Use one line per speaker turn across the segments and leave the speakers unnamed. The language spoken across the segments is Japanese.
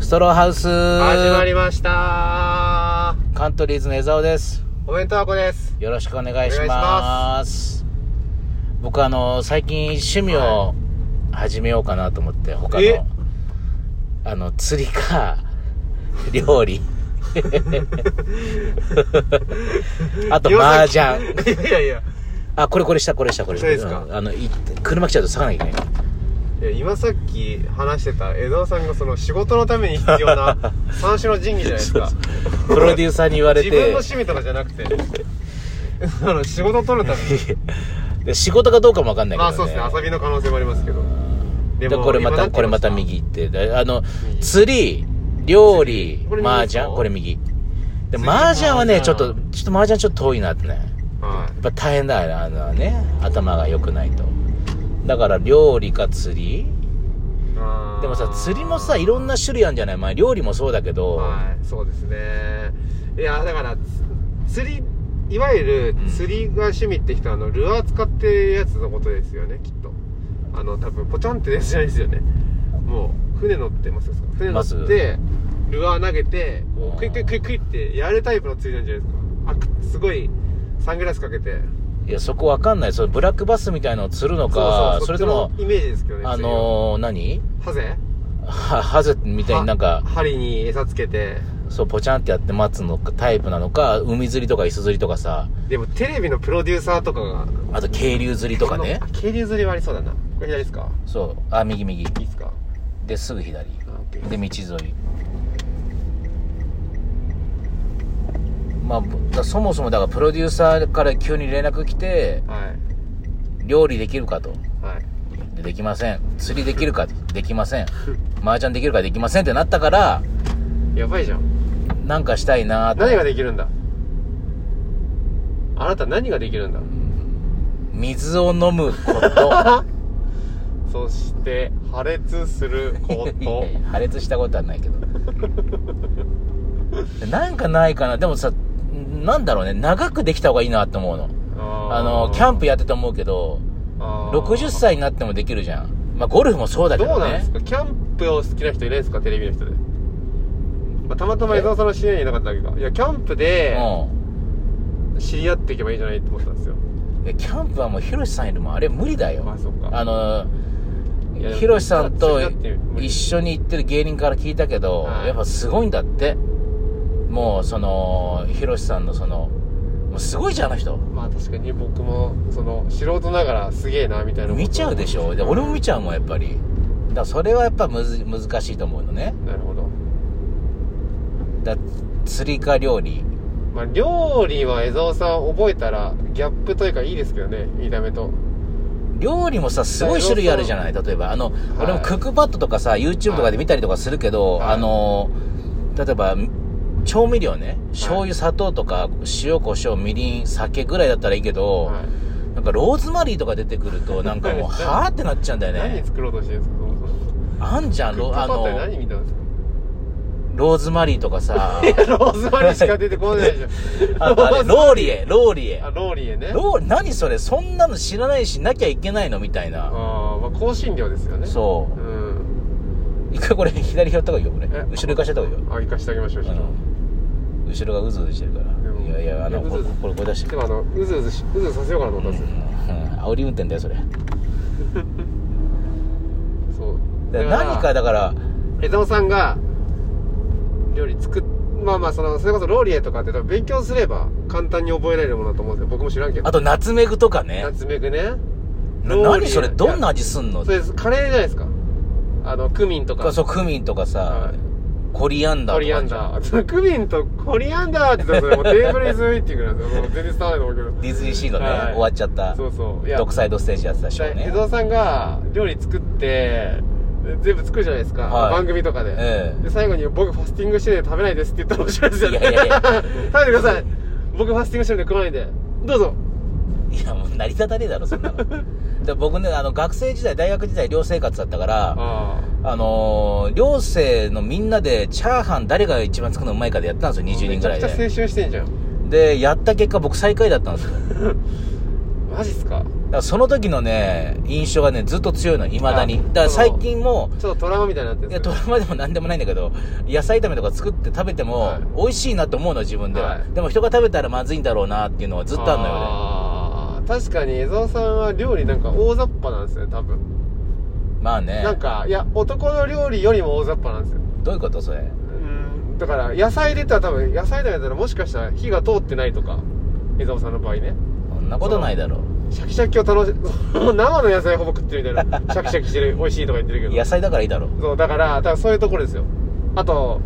ストローハウス
始まりました
カントリーズの江澤です
お弁当箱です
よろしくお願いし
お願いし
ま
ます
僕あの最近趣味を始めようかなと思って他
え
のあの釣りか 料 理あと
岩崎
麻雀
いやいやいや
あこれこれしたこれしたこれした
これですか
うんあのい車来ちゃうと下がなきゃいけない
いや今さっき話してた江戸さんがその仕事のために必要な 三種の神器じゃないですか
プロデューサーに言われ
自分の
て
趣味とかじゃなくてあの仕事取るため に
で仕事かどうかも分かんないけど
ま
ね
あそうですね遊びの可能性もありますけど
でこれま
今な
た
んて
これ
言い
ま
した
右行ってであの
右
釣り料理
これ右
麻雀
ですか
これ右で
釣り
麻雀はね
麻雀
ちょっとちょっと麻雀ちょっと遠いなってね
は
やっぱ大変だよあのね頭が良くないとだから料理か釣り
いあー
でもさ釣りもさいろんな種類あるんじゃないまあ料理もそうだけど、
はいそうですねいやだからつ釣りいわゆる
うん
釣りが趣味って人はあのルアー使ってるやつのことですよねきっとあの多分ポチャンってやつじゃないですよねもう船乗ってますよ船乗
ま
っ
ず
てルアー投げてこ
うん
うクイクイクイクイってやるタイプの釣りなんじゃないですかあくすごいサングラスかけて
いやそこわかんないそのブラックバスみたいのを釣るのかそ
っち
れとも
のイメージですけどね
あのー、何
釣りはハゼ
はハゼみたいになんか
は針に餌つけて
そうポチャンってやって待つのかタイプなのか海釣りとか磯釣りとかさ
でもテレビのプロデューサーとかが
あと渓流釣りとかね
あ渓流釣りはありそうだなこれ左ですか
そうあ右右
いいですか
ですぐ左
あオッケー
で道沿いまあだそもそもだからプロデューサーから急に連絡来て
はい
料理できるかと
はい
でできません釣りできるかできませ ん麻雀できるかできませんってなったから
やばいじゃん
なんかしたいなと
何ができるんだあなた何ができるんだ
水を飲むこと
そして破裂するこ
い やいや
と
破裂したことはないけど なんかないかなでもさなんだろうね長くできた方がいいなって思うのあのキャンプやってて思うけど60
60
歳になってもできるじゃんまあゴルフもそうだけ
ど
ど
うなんで
ね
すかキャンプを好きな人いないですかテレビの人で、まあ、たまたま江澤さんの知り合いにいなかったわけかいやキャンプで知り合っていけばいいんじゃないって思ったんですよ
うんいやキャンプはもうヒロシさんいるもんあれ無理だよ
あそうか
あの
いや
ヒロシさんと
知り合って無理
一緒に行ってる芸人から聞いたけど、
はい
やっぱすごいんだってもうそのヒロシさんのそのもうすごいじゃんあの人
まあ確かに僕もその素人ながらすげえなみたいなこと
見ちゃうでしょで俺も見ちゃうもんやっぱりだからそれはやっぱむず難しいと思うのね
なるほど
だ釣りか料理
まあ料理は江澤さん覚えたらギャップというかいいですけどね見た目と
料理もさすごい種類あるじゃない例えばあの、俺もクックパッドとかさ YouTube とかで見たりとかするけど、
はい
あの例えば調味料ね醤油砂糖とか塩コショウみりん酒ぐらいだったらいいけど、
はい
なんかローズマリーとか出てくる となんかもうはーってなっちゃうんだよね
何作ろうとしてるんですかそもそも
あんじゃん
クッ
ロ
クパ
あ
ッドで
の
何見たんですか
ローズマリーとか さ
ローズマリーしか出てこないじゃん
あとあれローリエローリエ
あローリエね
どう何それそんなの知らないしなきゃいけないのみたいな
ああまあ香辛料ですよね
そう
うん
う一回これ左寄った方がいいよこれ後
え
ろ行かしちゃった方がいいよ
あ行かしてあげましょうちょっ
う
と
ん後ろがうずうずしてるか
で
ら
も
いやいやあの
いやう
こ
ず
れ
うず
これこれ出して
でもあのうずうずしうずうずさせようかなと思ったんですよ
うん煽り運転だよそれ
そう
だから何かだから
江澤さんが料理作っまあまあそのそれこそローリエとかって多分勉強すれば簡単に覚えられるものだと思うんですよ僕も知らんけど
あとナツメグとかね
ナツメグね
な
ローリエ
何それどんない味すん
や
の
そうですカレーじゃないですかあのクミンとか
そうクミンとか
は
さ
い
コリアンダー
コ
と
リア
か
ン
じゃん
ダーそうクミンとコリアンダーって言ったらそれもうテーブルイズウィッティングなんですよもう全然伝わらないと思うけど
ディズニーシーのね
はい
終わっちゃった
そうそういや
独裁ドステージやってたし
江
ね
澤さんが料理作って全部作るじゃないですか、
はい
番組とかで、
ええ
で最後に僕ファスティングしてるんで食べないですって言ったら面白いですよね
いやいやいや
食べてください僕ファスティングしてるんで食わないんでどうぞ
いやもう成り立たねえだろそんなので僕ねあの学生時代大学時代寮生活だったから
あ
あのー寮生のみんなでチャーハン誰が一番作るのうまいかでやったんですよ20人
め
ぐ
ちゃ
ら
く
い
ちゃ青
で
春してんじゃん
でやった結果僕最下位だったんですよ
まマジっすか
だからその時のね、印象がね、ずっと強いの、未だに。だから最近も、
ちょっとトラウマみたいになってるん
い
で
や、
す
ト
よ
ラウマでも何でもないんだけど、野菜炒めとか作って食べても
はい、
美味しいなと思うの、自分では。
はい
でも人が食べたらまずいんだろうなっていうのはずっとあるのよ、
あー確かに江澤さんは料理なんか大雑把なんですね多分
ね。まあね。
なんかいや男の料理よりも大雑把なんですよ
どういうことそれ。
うんだから野菜で言ったら多分野菜だったらもしかしたら火が通ってないとか江澤さんの場合ね
そんなことないだろ
シャキシャキを楽し 生の野菜ほぼ食ってるみ たいなシャキシャキしてる美味しいとか言ってるけ
う。
ど
野菜だからいいだろう。
そうだから多分そういうところですよあと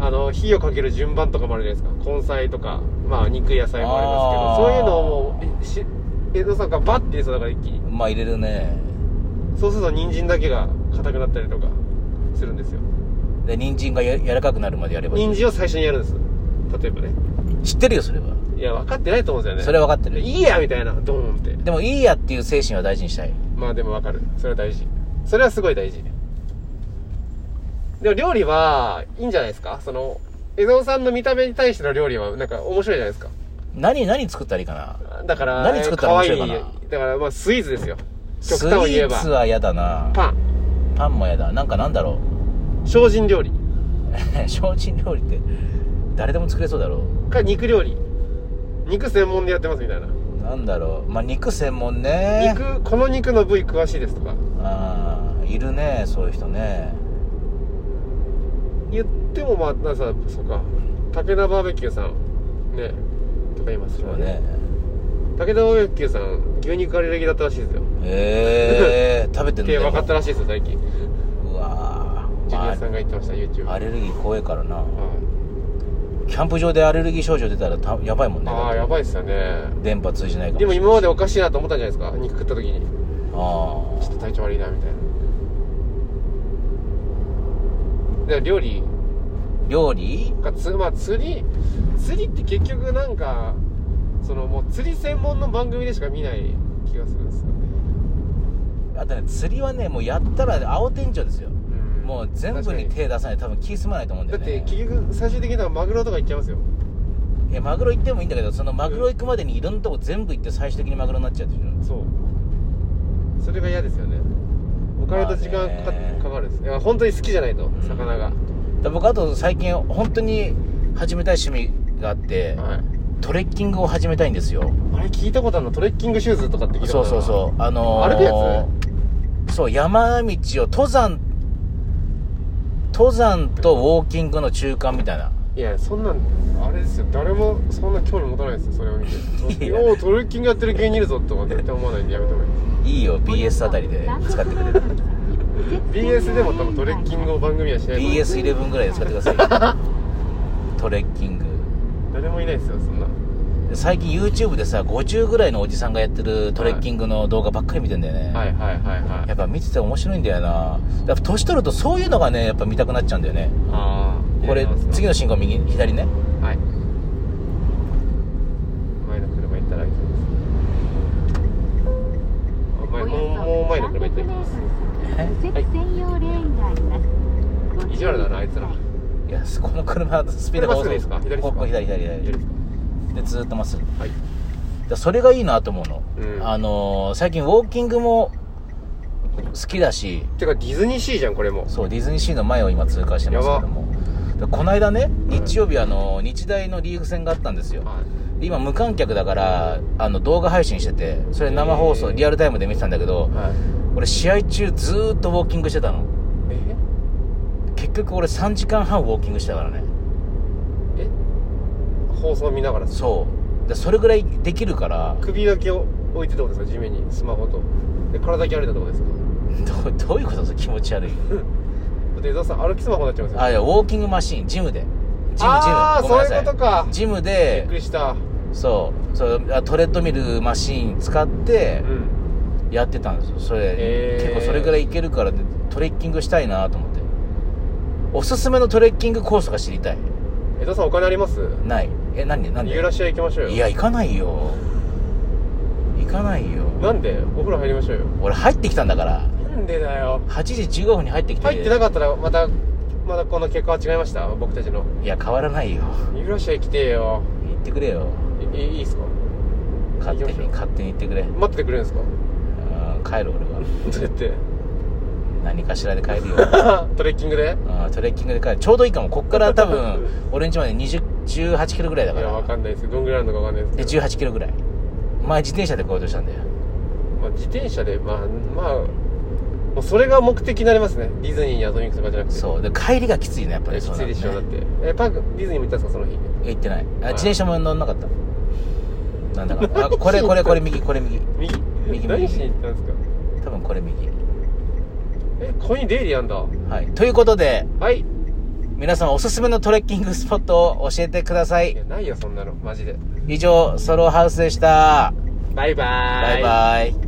あの火をかける順番とかもあるじゃないですか根菜とかまあ肉野菜もありますけど
あー
そういうのをもうし江戸さんがバッて入れそうだから一気に
まあ入れるね。
そうすると人参だけが硬くなったりとかするんですよ
で、人参がや柔らかくなるまでやればいい。
人参を最初にやるんです例えばね
知ってるよ、それは。
いや分かってないと思うんですよね
それは分かってる
いいやみたいなドーンって
でもいいやっていう精神は大事にしたい。
まあでも分かるそれは大事それはすごい大事でも料理はいいんじゃないですかその江戸さんの見た目に対しての料理はなんか面白いじゃないですか
何、何作ったらいいかな。
だから、
何作ったら面白いかな
可愛だから、まあ、スイーツですよ。極
スイ
端を言え
ー
ば
ツ。は嫌だな。
パン。
パンも嫌だ。なんかなんだろ
精進料理。
う。 精進料理って、誰でも作れそうだろ
か、肉料理。肉専門でやってますみたいな。
う。なんだろう。まあ、肉専門ね。
肉、この肉の部位詳しいですとか。
ああ、いるね、そういう人ね。
言っても、まあ、なさ、そうか。武田バーベキューさん。ね。とか言います
そう
よ
ね。
武田バーベキューさん、牛肉アレルギーだったらしいですよ。
ええー、食べて
っ
るで
て
も
分かったらしいですよ、最近。
うわー
ジュニアさんが言ってました、YouTube。
あアレルギー怖いからな。
はい
キャンプ場でアレルギー症状出たらたやばいもんね。
ああ、やばいっすよね。
電波通じないから。
でも今までおかしいなと思ったんじゃないですか。肉食った時に。
あ
ちょっと体調悪いなみたいなで料理
あ。料理
がつまあ釣り釣りって結局なんかそのもう釣り専門の番組でしか見ない気がするんですよね
あとね、釣りはね、もうやったら青天井ですよ。もう全部に
確か
手出さないと多分気済まないと思うんだ
だ
よね。
って結局最終的にはマグロとかいっちゃいますよ
いやマグロ行ってもいいんだけどそのマグロ行くまでにいろんなとこ全部行って最終的にマグロになっちゃうでしょ
そうそれが嫌ですよねお金と時間かか,、
まあね
かかるんですいや本当に好きじゃないと魚が、
で僕あと最近本当に始めたい趣味があって、
はい
トレッキングを始めたいんですよ
あれ聞いたことあるのトレッキングシューズとかって聞いた
そ
こ
う
とある
そうそうあのー、
歩くや
そう山道を登山登山とウォーキングの中間みたいない
やそんなんあれですよ誰もそんな興味持たないですよそれを見て「
いや
おおトレッキングやってる芸人いるぞ」とか絶対思わないんでやめた方がいい
いいよ BS あたりで使ってくれる
BS でも多分トレッキングを番組はしない
BS11 ぐらいで使ってくださ いトレッキング
誰もいないですよそんな
で最近 YouTube でさ50ぐらいのおじさんがやってるトレッキングの動画ばっかり見てんだよね、
はいはいはいはい
やっぱ見てて面白いんだよなやっぱ年取るとそういうのがねやっぱ見たくなっちゃうんだよね
ああ
これ次
の
の信号右左ね
はい前の車行ったら行きますあ前もうもう前の車行ったら行きます
え
右折専用レーンがあります。
意地悪だなあいつら
いやこの車スピードが
これ真っ直ぐですか左ですか
ここ左左左
いいですか
でずーっとまっすぐだか
はい
らそれがいいなと思うの、
うん
あのー最近ウォーキングも好きだして
かディズニーシーじゃんこれも
そうディズニーシーの前を今通過してますけどもでこの間ね日曜日あのー日大のリーグ戦があったんですよ
はい
で今無観客だからあの動画配信しててそれ生放送
へー
リアルタイムで見てたんだけど
はい
俺試合中ずーっとウォーキングしてたの
え
結局俺3時間半ウォーキングしたからね
え放送見ながら
そうでそれぐらいできるから
首だけを置いてたことですか地面にスマホとで体だけ歩いたとこですか
ど どういうことです気持ち悪い
だって伊沢さん歩きスマホになっちゃいますよ
あいやウォーキングマシンジムでジムジム
あー
ごめんなさ
そういうことか
ジム
びっ
で
くりした
そうそうあトレッドミルマシン使って
うん
やってたんですよそれ、
へー
結構それぐらいいけるからトレッキングしたいなと思っておすすめのトレッキングコースが知りたい
江田さんお金あります
ないえ何で何で
ユーラシア行きましょうよ
いや行かないよ行かないよ
なんでお風呂入りましょうよ
俺入ってきたんだから
なんでだよ
8時15分に入ってきて
入ってなかったらまたまたこの結果は違いました僕たちの
いや変わらないよ
ユーラシア来てよ
行ってくれよ
いいいいっすか
勝手に勝手に行ってくれ、うん、
待っててくれるんですか
帰る俺は
どうやって
何かしらで帰るよ
トレッキングで
うんトレッキングで帰るちょうどいいかもこっから多 分俺んちまで20 18キロぐらいだから
いやわかんないですどんぐらいあるのかわかんないです
で
けど
18キロぐらい前自転車で行動したんだよ
まあ、自転車でまあまあもうそれが目的になりますねディズニーに遊びに行くとかじゃなくて
そうで帰りがきついねやっぱ
い
り
やき
そう
つ
ないる
で
と
しょ、だっ
ね
てえパークディズニーも行ったんですかその日
行ってないあ
は
自
い
転車も乗んなかったなんだ かあこれこれこれ右これ右
右
右
何しに行ったんですか
多分これ右
えここにデイリーやんだ
はいということで
はい
皆様おすすめのトレッキングスポットを教えてくださ
い
い
やないよそんなのマジで
以上ソロハウスでした
バイバー
バイバイ